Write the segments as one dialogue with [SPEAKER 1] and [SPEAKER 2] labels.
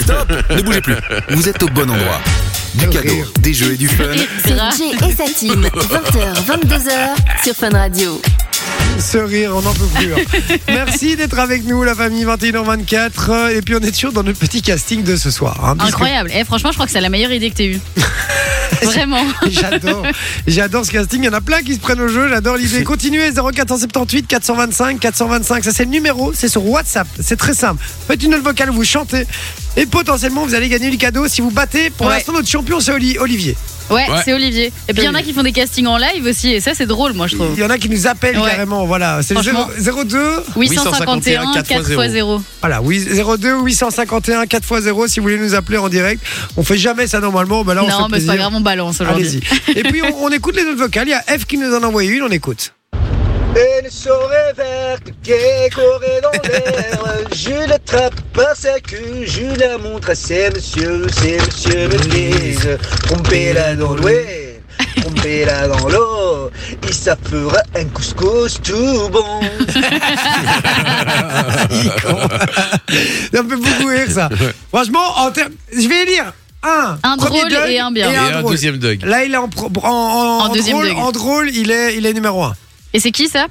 [SPEAKER 1] Stop Ne bougez plus. Vous êtes au bon endroit. Du cadeau, des jeux et du fun.
[SPEAKER 2] C'est Jay et sa team, 20h, 22h sur Fun Radio.
[SPEAKER 3] Ce rire, on n'en peut plus. hein. Merci d'être avec nous, la famille 21h24. Euh, Et puis on est toujours dans notre petit casting de ce soir. hein, puisque-
[SPEAKER 4] Incroyable. Et franchement, je crois que c'est la meilleure idée que t'aies eue. Vraiment.
[SPEAKER 3] J'adore, j'adore ce casting. Il y en a plein qui se prennent au jeu. J'adore l'idée. Continuez 0478 425 425. Ça c'est le numéro. C'est sur WhatsApp. C'est très simple. Faites une note vocale, vous chantez et potentiellement vous allez gagner du cadeau si vous battez. Pour
[SPEAKER 4] Ouais.
[SPEAKER 3] l'instant, notre champion c'est Oli- Olivier.
[SPEAKER 4] Ouais,
[SPEAKER 1] Ouais.
[SPEAKER 4] c'est Olivier. Et puis il y en a qui font des castings en live aussi, et ça c'est drôle, moi je
[SPEAKER 3] Il
[SPEAKER 4] trouve.
[SPEAKER 3] y en a qui nous appellent
[SPEAKER 4] Mm. Ouais.
[SPEAKER 3] carrément. Voilà, c'est le
[SPEAKER 4] Franchement.
[SPEAKER 3] 0- 02.
[SPEAKER 4] 851 4x0.
[SPEAKER 3] Voilà, oui, 02 851 4x0 si vous voulez nous appeler en direct. On fait jamais ça normalement. Ben là, on
[SPEAKER 4] Non,
[SPEAKER 3] fait
[SPEAKER 4] mais c'est pas
[SPEAKER 3] plaisir.
[SPEAKER 4] grave, on balance
[SPEAKER 3] Allez-y.
[SPEAKER 4] aujourd'hui.
[SPEAKER 3] Et puis on, on écoute les notes vocales. Il y a F qui nous en a envoyé une. On écoute.
[SPEAKER 5] Une souris verte qui courait dans l'air. Je l'attrape par sa queue, je la montre à ces messieurs, ces messieurs me disent Trompez-la dans l'ouest, trompez-la dans l'eau, et ça fera un couscous tout bon.
[SPEAKER 3] Ça me fait beaucoup rire ça. Franchement, en termes- je vais lire un,
[SPEAKER 4] Un
[SPEAKER 3] premier
[SPEAKER 4] drôle
[SPEAKER 3] Doug
[SPEAKER 4] et un bien.
[SPEAKER 3] Et
[SPEAKER 6] Et
[SPEAKER 3] un
[SPEAKER 6] un
[SPEAKER 3] drôle.
[SPEAKER 6] deuxième Doug.
[SPEAKER 3] Là, il est en, pro- en, en-
[SPEAKER 4] En
[SPEAKER 3] en
[SPEAKER 4] deuxième
[SPEAKER 3] drôle,
[SPEAKER 4] Doug.
[SPEAKER 3] en drôle, il est, il est numéro 1.
[SPEAKER 4] Et c'est qui ça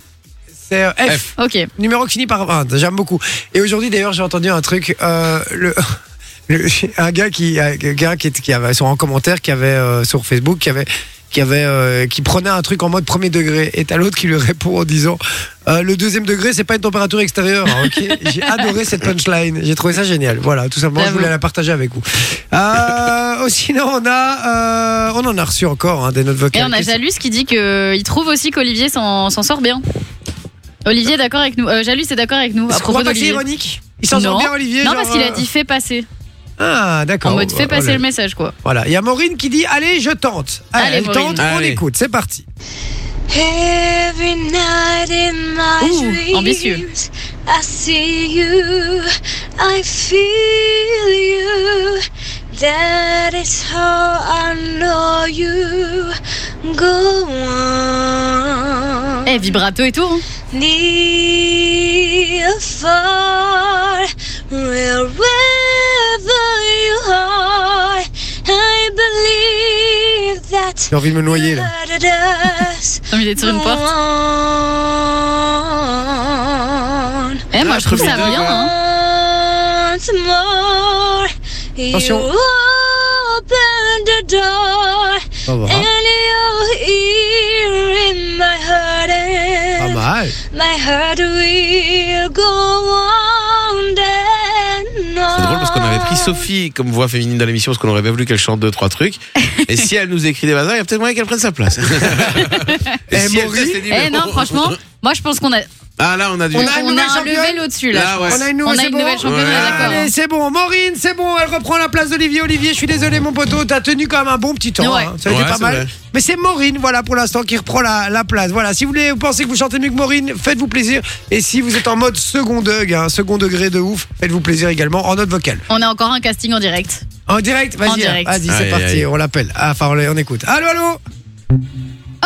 [SPEAKER 3] C'est euh, F,
[SPEAKER 6] F.
[SPEAKER 4] Ok.
[SPEAKER 3] numéro qui finit par 20. J'aime beaucoup. Et aujourd'hui, d'ailleurs, j'ai entendu un truc. euh, le, le- un gars qui, un gars qui, qui avait sur en commentaire, qui avait euh, sur Facebook, qui avait qui avait euh, qui prenait un truc en mode premier degré et t'as l'autre qui lui répond en disant euh, le deuxième degré c'est pas une température extérieure hein, ok j'ai adoré cette punchline j'ai trouvé ça génial voilà tout simplement je
[SPEAKER 4] J'avoue.
[SPEAKER 3] voulais la partager avec vous euh, oh, sinon on a euh, on en a reçu encore hein, des notes
[SPEAKER 4] Et
[SPEAKER 3] vocales
[SPEAKER 4] on a Jalus qui dit qu'il trouve aussi qu'Olivier s'en s'en sort bien. Olivier est d'accord avec nous. Euh, Jalus est d'accord avec nous à
[SPEAKER 3] Est-ce qu'on
[SPEAKER 4] propos
[SPEAKER 3] voit pas que c'est
[SPEAKER 4] d'Olivier.
[SPEAKER 3] ironique il s'en sort
[SPEAKER 4] Non.
[SPEAKER 3] bien Olivier
[SPEAKER 4] Non,
[SPEAKER 3] genre,
[SPEAKER 4] parce qu'il a
[SPEAKER 3] euh,
[SPEAKER 4] dit fait passer.
[SPEAKER 3] ah d'accord
[SPEAKER 4] En mode fait
[SPEAKER 3] Oh là
[SPEAKER 4] passer
[SPEAKER 3] là.
[SPEAKER 4] le message, quoi.
[SPEAKER 3] Voilà, il y a Maureen qui dit Allez, je tente. Allez,
[SPEAKER 4] Allez,
[SPEAKER 3] elle
[SPEAKER 4] Maureen.
[SPEAKER 3] tente, on
[SPEAKER 6] Allez.
[SPEAKER 3] écoute, c'est parti.
[SPEAKER 7] Every night in my
[SPEAKER 4] Ouh,
[SPEAKER 7] dreams,
[SPEAKER 4] ambitieux.
[SPEAKER 7] I see you, I feel you. That is how I know you. Go on.
[SPEAKER 4] Eh, vibrato et tout. hein.
[SPEAKER 7] Near, far, wherever you are, I believe that.
[SPEAKER 3] J'ai envie de me noyer là.
[SPEAKER 7] you guided us
[SPEAKER 4] J'ai envie d'être sur une porte.
[SPEAKER 7] On,
[SPEAKER 4] Eh, moi je trouve ça bien. hein.
[SPEAKER 7] once more,
[SPEAKER 3] Attention.
[SPEAKER 7] you opened the door
[SPEAKER 4] Euh,
[SPEAKER 3] Pas
[SPEAKER 6] Ah.
[SPEAKER 3] mal.
[SPEAKER 7] and you're here in my heart.
[SPEAKER 6] Ah,
[SPEAKER 3] Pas
[SPEAKER 7] And
[SPEAKER 3] mal.
[SPEAKER 7] my heart will go on and on.
[SPEAKER 6] C'est drôle parce qu'on avait pris Sophie comme voix féminine dans l'émission parce qu'on aurait bien voulu qu'elle chante deux trois trucs. Et si elle nous écrit des bazars, il y a peut-être moyen qu'elle prenne sa place. Et
[SPEAKER 3] Eh,
[SPEAKER 6] si elle
[SPEAKER 3] Maury
[SPEAKER 6] teste les
[SPEAKER 4] Eh,
[SPEAKER 6] numéros-
[SPEAKER 4] non, franchement, moi je pense qu'on a,
[SPEAKER 6] Ah là, on a du.
[SPEAKER 4] on
[SPEAKER 3] a une
[SPEAKER 4] on a
[SPEAKER 3] nouvelle
[SPEAKER 4] un
[SPEAKER 3] championne.
[SPEAKER 4] level au-dessus là.
[SPEAKER 6] Là, ouais.
[SPEAKER 3] On a une
[SPEAKER 4] Ah On
[SPEAKER 3] nouvelle,
[SPEAKER 4] a
[SPEAKER 3] c'est
[SPEAKER 4] une
[SPEAKER 3] bon
[SPEAKER 4] nouvelle championne, on est d'accord.
[SPEAKER 3] Allez,
[SPEAKER 4] hein.
[SPEAKER 3] c'est bon. Maureen, c'est bon, elle reprend la place d'Olivier. Olivier, je suis désolé, mon poteau, t'as tenu quand même un bon petit temps.
[SPEAKER 4] Ouais.
[SPEAKER 3] hein. Ça a été
[SPEAKER 6] Ouais,
[SPEAKER 3] pas
[SPEAKER 6] c'est
[SPEAKER 3] mal.
[SPEAKER 6] vrai.
[SPEAKER 3] Mais c'est Maureen, voilà, pour l'instant, qui reprend la, la place. Voilà, si vous voulez, vous pensez que vous chantez mieux que Maureen, faites-vous plaisir. Et si vous êtes en mode second degré, hein, second degré de ouf, faites-vous plaisir également en note vocale.
[SPEAKER 4] On a encore un casting en direct.
[SPEAKER 3] En direct,
[SPEAKER 4] En
[SPEAKER 3] vas-y, hein.
[SPEAKER 4] direct.
[SPEAKER 3] vas-y, c'est
[SPEAKER 6] Aïe,
[SPEAKER 3] parti,
[SPEAKER 6] aïe.
[SPEAKER 3] on l'appelle. Ah, Enfin, on, on écoute. Allô, allô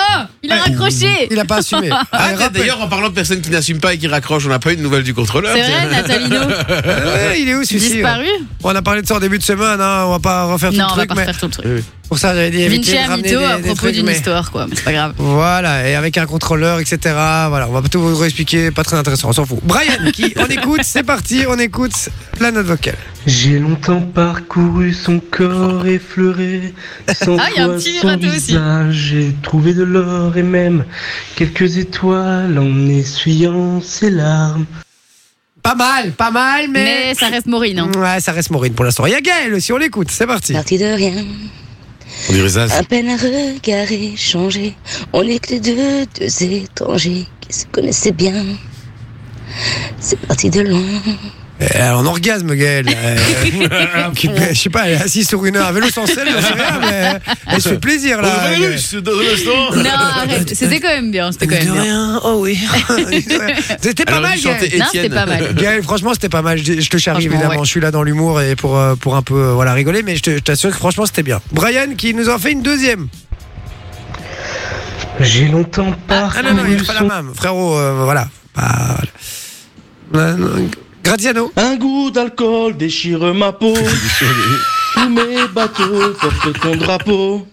[SPEAKER 4] Oh, il a
[SPEAKER 3] Ouais.
[SPEAKER 4] raccroché.
[SPEAKER 3] Il a pas assumé.
[SPEAKER 6] Ah,
[SPEAKER 3] Allez, rappelle.
[SPEAKER 6] d'ailleurs, en parlant de personnes qui n'assument pas et qui raccrochent, on n'a pas eu de nouvelles du contrôleur.
[SPEAKER 4] C'est vrai, Natalino
[SPEAKER 3] Ouais, il est où celui-ci euh
[SPEAKER 4] Disparu
[SPEAKER 3] On a parlé de ça en début de semaine, hein, on va pas refaire
[SPEAKER 4] Non, on
[SPEAKER 3] tout le
[SPEAKER 4] va
[SPEAKER 3] truc,
[SPEAKER 4] pas
[SPEAKER 3] mais
[SPEAKER 4] refaire tout le truc.
[SPEAKER 3] pour ça j'avais dit
[SPEAKER 4] Vinci
[SPEAKER 3] éviter de
[SPEAKER 4] a
[SPEAKER 3] ramener
[SPEAKER 4] mytho
[SPEAKER 3] des-
[SPEAKER 4] à
[SPEAKER 3] des
[SPEAKER 4] propos
[SPEAKER 3] trucs,
[SPEAKER 4] d'une
[SPEAKER 3] mais-
[SPEAKER 4] histoire, quoi. Mais c'est pas grave.
[SPEAKER 3] Voilà, et avec un contrôleur, etc. Voilà, on va pas tout vous expliquer, pas très intéressant, on s'en fout. Brian, qui, on écoute, c'est parti, on écoute la note vocale.
[SPEAKER 8] J'ai longtemps parcouru son corps effleuré, sans
[SPEAKER 4] Ah, il y a un
[SPEAKER 8] foi,
[SPEAKER 4] petit
[SPEAKER 8] sans
[SPEAKER 4] raté aussi.
[SPEAKER 8] visage. J'ai trouvé de l'or et même quelques étoiles en essuyant ses larmes.
[SPEAKER 3] Pas mal, pas mal, mais.
[SPEAKER 4] Mais ça reste Maureen. hein.
[SPEAKER 3] Ouais, ça reste Maureen pour l'instant. Il y a Gaël aussi, on l'écoute, c'est parti.
[SPEAKER 9] Parti de rien,
[SPEAKER 6] On dirait ça.
[SPEAKER 9] à peine un regard échangé, on est que les deux, deux étrangers qui se connaissaient bien. C'est parti de loin.
[SPEAKER 3] Euh, en orgasme, Gaël. Euh, qui- je sais pas, elle est assise sur une, un vélo sans selle, j'en sais rien, mais euh, elle se fait plaisir là. Gaël.
[SPEAKER 4] Non, arrête. C'était quand même bien. C'était quand même
[SPEAKER 3] De
[SPEAKER 4] bien.
[SPEAKER 3] rien, oh oui. C'était pas
[SPEAKER 6] Alors,
[SPEAKER 3] mal,
[SPEAKER 6] il
[SPEAKER 3] Gaël.
[SPEAKER 6] chantait
[SPEAKER 4] Non, c'était
[SPEAKER 6] Étienne.
[SPEAKER 4] pas mal.
[SPEAKER 3] Gaël, franchement, c'était pas mal. Je, je te charrie
[SPEAKER 4] Franchement,
[SPEAKER 3] évidemment.
[SPEAKER 4] ouais.
[SPEAKER 3] Je suis là dans l'humour et pour, euh, pour un peu euh, voilà, rigoler, mais je te- je t'assure que franchement, c'était bien. Brian qui nous en fait une deuxième.
[SPEAKER 8] J'ai longtemps
[SPEAKER 3] Ah non, non,
[SPEAKER 8] parcouru
[SPEAKER 4] Ah,
[SPEAKER 3] il n'y a pas la
[SPEAKER 8] son
[SPEAKER 3] même. Frérot, euh, voilà. Voilà. Non, non, Graziano.
[SPEAKER 8] Un goût d'alcool déchire ma peau. Tous mes bateaux portent ton drapeau.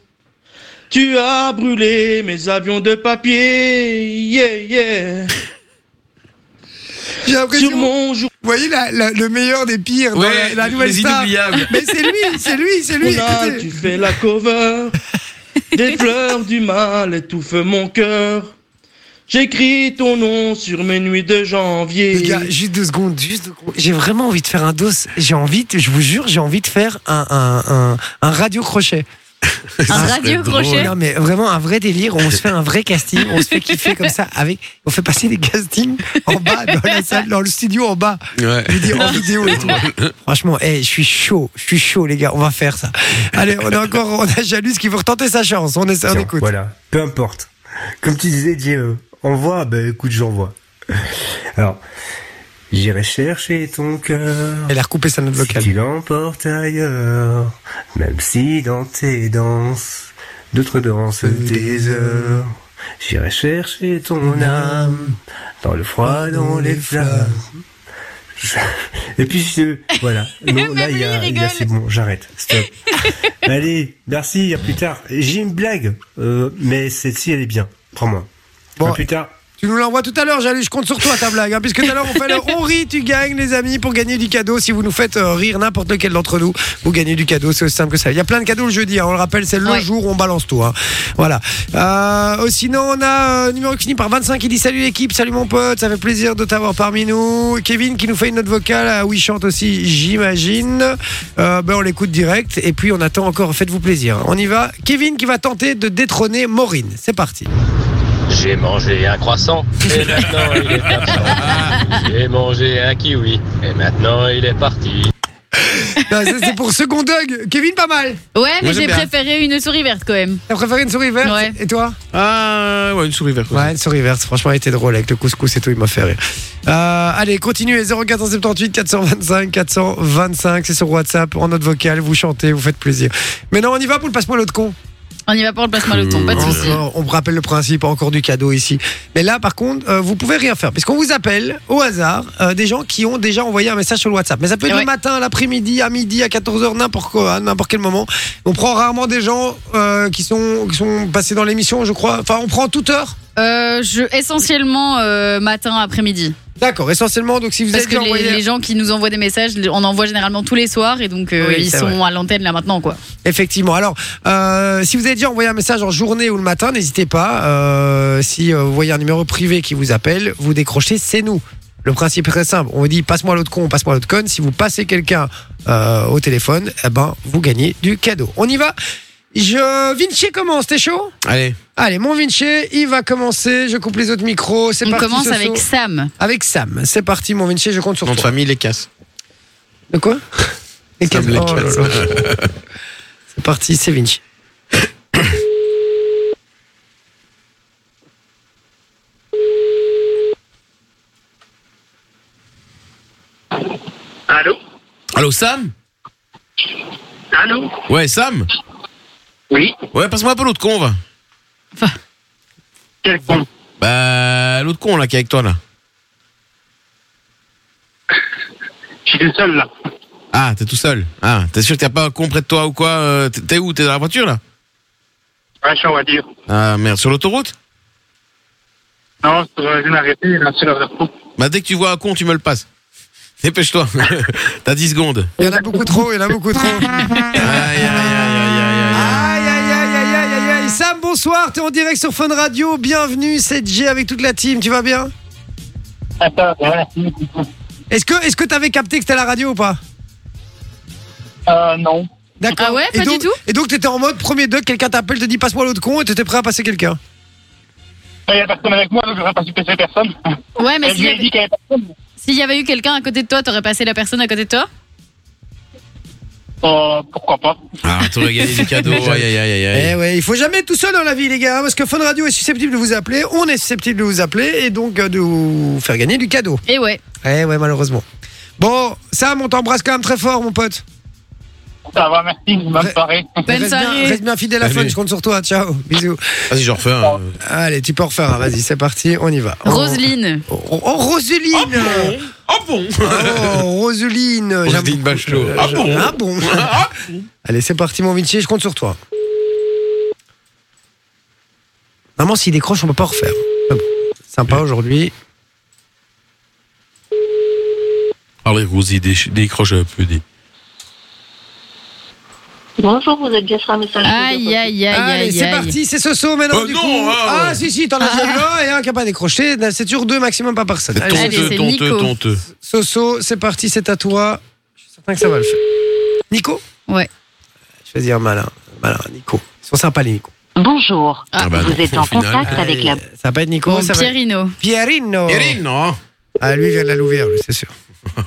[SPEAKER 8] Tu as brûlé mes avions de papier. Yeah, yeah.
[SPEAKER 3] J'ai
[SPEAKER 8] Sur
[SPEAKER 3] l'impression.
[SPEAKER 8] mon jour,
[SPEAKER 3] Vous voyez la- la- le meilleur des pires dans la, la nouvelle
[SPEAKER 6] les
[SPEAKER 3] star.
[SPEAKER 6] inoubliables.
[SPEAKER 3] Mais c'est lui, c'est lui, c'est lui.
[SPEAKER 8] journal,
[SPEAKER 3] écoutez.
[SPEAKER 8] tu fais la cover. Des fleurs du mal étouffent mon cœur. J'écris ton nom sur mes nuits de janvier.
[SPEAKER 3] Les gars, juste deux secondes, juste deux secondes. J'ai vraiment envie de faire un dos. J'ai envie, de- je vous jure, j'ai envie de faire un, un, un, un radio crochet.
[SPEAKER 4] Un
[SPEAKER 6] serait
[SPEAKER 4] radio
[SPEAKER 6] drôle.
[SPEAKER 4] crochet.
[SPEAKER 3] Non, mais vraiment un vrai délire. On se fait un vrai casting. On se fait kiffer comme ça. Avec, on fait passer des castings en bas dans la salle, dans le studio en bas.
[SPEAKER 6] Ouais.
[SPEAKER 3] Je veux dire, en vidéo et tout. Franchement, eh, je suis chaud, je suis chaud, les gars. On va faire ça. Allez, on a encore, on a Jalus qui veut retenter sa chance. On, essaie, on
[SPEAKER 10] Tiens,
[SPEAKER 3] écoute.
[SPEAKER 10] Voilà, peu importe. Comme tu disais, Dieu, envoie, ben écoute, j'envoie. Alors, j'irai chercher ton cœur.
[SPEAKER 3] Elle a recoupé sa note
[SPEAKER 10] Si
[SPEAKER 3] vocale.
[SPEAKER 10] tu l'emportes ailleurs, même si dans tes danses, d'autres dansent tes heures. J'irai chercher ton âme, dans le froid, dans les flammes. Je- Et puis je... Voilà. Non, là, il y a,
[SPEAKER 4] lui, Eh, il
[SPEAKER 10] il y a-
[SPEAKER 4] rigole.
[SPEAKER 10] c'est bon, j'arrête. Stop. Allez, merci, à plus tard. J'ai une blague, euh, mais celle-ci, elle est bien. Prends-moi.
[SPEAKER 3] Bon.
[SPEAKER 10] À plus tard.
[SPEAKER 3] Tu nous l'envoies tout à l'heure, Jalus. Je compte sur toi, ta blague. hein, puisque tout à l'heure, on fait le on rit, tu gagnes, les amis, pour gagner du cadeau. Si vous nous faites euh, rire n'importe lequel d'entre nous, vous gagnez du cadeau. C'est aussi simple que ça. Il y a plein de cadeaux le jeudi. hein, on le rappelle, c'est le
[SPEAKER 4] Ouais.
[SPEAKER 3] jour où on balance tout. hein. Voilà. Euh, oh, sinon, on a euh, numéro qui finit par 25 qui dit Salut l'équipe, salut mon pote, ça fait plaisir de t'avoir parmi nous. Kevin qui nous fait une note vocale. Ah oui, chante aussi, j'imagine. Euh, ben, on l'écoute direct. Et puis, on attend encore. Faites-vous plaisir. On y va. Kevin qui va tenter de détrôner Maureen. C'est parti.
[SPEAKER 5] J'ai mangé un croissant et maintenant il est absent. J'ai mangé un kiwi et maintenant il est parti.
[SPEAKER 3] Non, ça, c'est pour second dog. Kevin, pas mal.
[SPEAKER 4] Ouais,
[SPEAKER 6] Moi,
[SPEAKER 4] mais
[SPEAKER 6] j'aime
[SPEAKER 4] j'ai
[SPEAKER 6] bien.
[SPEAKER 4] préféré une souris verte quand même.
[SPEAKER 3] T'as préféré une souris verte
[SPEAKER 4] Ouais.
[SPEAKER 3] Et toi
[SPEAKER 6] Ah, ouais, une souris verte.
[SPEAKER 3] Ouais, une souris verte. Franchement, elle était drôle avec le couscous et tout. Il m'a fait rire. Euh, allez, continuez. 0478 425 425. C'est sur WhatsApp. En note vocale, vous chantez, vous faites plaisir. Maintenant, on y va pour le passe-moi l'autre con.
[SPEAKER 4] On y va pour le placement le ton, pas de soucis.
[SPEAKER 3] Encore, on vous rappelle le principe, encore du cadeau ici. Mais là, par contre, euh, vous pouvez rien faire, puisqu'on vous appelle au hasard euh, des gens qui ont déjà envoyé un message sur le WhatsApp. Mais ça peut être
[SPEAKER 4] Eh Ouais.
[SPEAKER 3] le matin, à l'après-midi, à midi, à 14h, n'importe quoi, à n'importe quel moment. On prend rarement des gens euh, qui, sont, qui sont passés dans l'émission, je crois. Enfin, on prend toute heure.
[SPEAKER 4] Euh, je, essentiellement euh, matin, après-midi.
[SPEAKER 3] D'accord, essentiellement, donc si vous
[SPEAKER 4] Parce
[SPEAKER 3] avez
[SPEAKER 4] que
[SPEAKER 3] déjà
[SPEAKER 4] les,
[SPEAKER 3] envoyé-
[SPEAKER 4] les gens qui nous envoient des messages, on en voit généralement tous les soirs et donc euh,
[SPEAKER 3] Oui,
[SPEAKER 4] ils
[SPEAKER 3] c'est
[SPEAKER 4] sont à l'antenne là maintenant quoi.
[SPEAKER 3] Effectivement. Alors, euh, si vous avez déjà envoyé un message en journée ou le matin, n'hésitez pas. Euh, si euh, vous voyez un numéro privé qui vous appelle, vous décrochez, c'est nous. Le principe est très simple. On vous dit passe-moi l'autre con, passe-moi l'autre con. Si vous passez quelqu'un euh, au téléphone, eh ben, vous gagnez du cadeau. On y va. Je Vinci commence, t'es chaud
[SPEAKER 6] Allez.
[SPEAKER 3] Allez, mon Vinci, il va commencer. Je coupe les autres micros. C'est
[SPEAKER 4] On
[SPEAKER 3] parti.
[SPEAKER 4] commence
[SPEAKER 3] Soso.
[SPEAKER 4] avec Sam.
[SPEAKER 3] avec Sam. C'est parti, mon Vinci. Je compte sur
[SPEAKER 6] Nom de
[SPEAKER 3] toi.
[SPEAKER 6] famille, les casses.
[SPEAKER 3] De quoi Les
[SPEAKER 6] Sam les
[SPEAKER 3] quatre- oh là
[SPEAKER 6] casses.
[SPEAKER 3] là. C'est parti, c'est Vinci.
[SPEAKER 5] Allô
[SPEAKER 6] Allô, Sam
[SPEAKER 5] Allô
[SPEAKER 6] Ouais, Sam
[SPEAKER 5] Oui
[SPEAKER 6] Ouais, passe-moi un peu l'autre con, va.
[SPEAKER 5] Quel con
[SPEAKER 6] Bah, l'autre con, là, qui est avec toi, là.
[SPEAKER 5] Je suis tout seul là.
[SPEAKER 6] Ah, t'es tout seul. Ah, t'es sûr que t'as pas un con près de toi ou quoi euh, T'es t'es où T'es dans la voiture, là
[SPEAKER 5] Ouais, je suis en voiture.
[SPEAKER 6] Ah, merde, sur l'autoroute
[SPEAKER 5] Non, je vais m'arrêter là, c'est l'heure de repos.
[SPEAKER 6] Bah, dès que tu vois un con, tu me le passes. Dépêche-toi. T'as 10 secondes.
[SPEAKER 3] Il y en a beaucoup trop, il y en a beaucoup trop.
[SPEAKER 6] Aïe, aïe, aïe, aïe, aïe, aïe, aïe.
[SPEAKER 3] Aïe, aïe, aïe, aïe, aïe, aïe, aïe. Sam, bonsoir, t'es en direct sur Fun Radio. Bienvenue, c'est Jay avec toute la team. Tu vas bien
[SPEAKER 5] Attends, voilà, c'est
[SPEAKER 3] Est-ce que est-ce que t'avais capté que c'était la radio ou pas
[SPEAKER 5] Euh, non.
[SPEAKER 3] D'accord.
[SPEAKER 4] Ah ouais,
[SPEAKER 3] Et
[SPEAKER 4] pas du
[SPEAKER 3] donc-
[SPEAKER 4] tout
[SPEAKER 3] Et donc t'étais en mode premier doc, quelqu'un t'appelle, te dit passe-moi l'autre con et t'étais prêt à passer quelqu'un.
[SPEAKER 5] Il n'y a personne avec moi, donc je vais pas supprimer personne.
[SPEAKER 4] Ouais, mais
[SPEAKER 5] Et je
[SPEAKER 4] s'il
[SPEAKER 5] lui
[SPEAKER 4] y
[SPEAKER 5] ai dit
[SPEAKER 4] avait-
[SPEAKER 5] qu'il n'y avait personne.
[SPEAKER 4] s'il y, avait eu quelqu'un à côté de toi, t'aurais passé la personne à côté de toi
[SPEAKER 5] Euh, pourquoi pas
[SPEAKER 6] Ah, t'aurais gagné du cadeau. Aïe, aïe, aïe, aïe,
[SPEAKER 3] Eh
[SPEAKER 6] aïe.
[SPEAKER 3] ouais, il faut jamais être tout seul dans la vie, les gars, hein, parce que Fun Radio est susceptible de vous appeler, on est susceptible de vous appeler et donc euh, de vous faire gagner du cadeau.
[SPEAKER 4] Et ouais.
[SPEAKER 3] Eh ouais, malheureusement. Bon, Sam, on t'embrasse quand même très fort, mon pote.
[SPEAKER 11] Ça va, merci. Bonne soirée.
[SPEAKER 3] Bah, reste, bien, reste bien fidèle à
[SPEAKER 6] Salut.
[SPEAKER 3] Fun, je compte sur toi. Ciao, bisous.
[SPEAKER 6] Vas-y, j'en refais un.
[SPEAKER 3] Allez, tu peux en refaire un, vas-y, c'est parti, on y va. On-
[SPEAKER 4] Roseline.
[SPEAKER 3] Oh, oh, Roseline
[SPEAKER 6] Ah bon
[SPEAKER 3] Oh, Roseline j'aime
[SPEAKER 6] Roselyne
[SPEAKER 3] beaucoup.
[SPEAKER 6] Bachelot.
[SPEAKER 3] Euh,
[SPEAKER 6] Ah
[SPEAKER 3] je-
[SPEAKER 6] bon
[SPEAKER 3] Ah bon Allez, c'est parti, mon Vinci, je compte sur toi. Maman, s'il décroche, on peut pas refaire. Ah bon. Sympa aujourd'hui.
[SPEAKER 6] Allez, Ah Rosie, déch- décroche un peu. Des...
[SPEAKER 12] Bonjour, vous êtes bien sur un message.
[SPEAKER 4] Aïe, aïe, aïe,
[SPEAKER 3] Allez,
[SPEAKER 4] aïe,
[SPEAKER 3] c'est
[SPEAKER 4] aïe.
[SPEAKER 3] parti, c'est ce saut maintenant.
[SPEAKER 6] Oh
[SPEAKER 3] du
[SPEAKER 6] non,
[SPEAKER 3] coup.
[SPEAKER 6] ah.
[SPEAKER 3] Ah, si, si, t'en as déjà
[SPEAKER 4] Ah.
[SPEAKER 3] eu un et un qui n'a pas décroché. C'est toujours deux maximum par personne. Allez,
[SPEAKER 6] Tonteux,
[SPEAKER 3] c'est
[SPEAKER 6] tonteux,
[SPEAKER 3] Nico.
[SPEAKER 6] tonteux.
[SPEAKER 3] Soso, c'est parti, c'est à toi. Je suis certain que ça va le faire. Nico
[SPEAKER 4] Ouais.
[SPEAKER 3] Je vais dire malin. Malin, Nico. Ils sont sympas, les Nico.
[SPEAKER 12] Bonjour,
[SPEAKER 6] Ah bah
[SPEAKER 12] vous
[SPEAKER 6] non,
[SPEAKER 12] êtes
[SPEAKER 6] au
[SPEAKER 12] en
[SPEAKER 6] final.
[SPEAKER 12] contact avec la...
[SPEAKER 3] Euh, Ça va pas être Nico,
[SPEAKER 4] Bon,
[SPEAKER 3] ça va être
[SPEAKER 4] Pierrino.
[SPEAKER 3] Pierrino.
[SPEAKER 6] Pierrino.
[SPEAKER 3] Ah, lui, il vient de la Louvière, lui, c'est sûr.
[SPEAKER 6] Oh,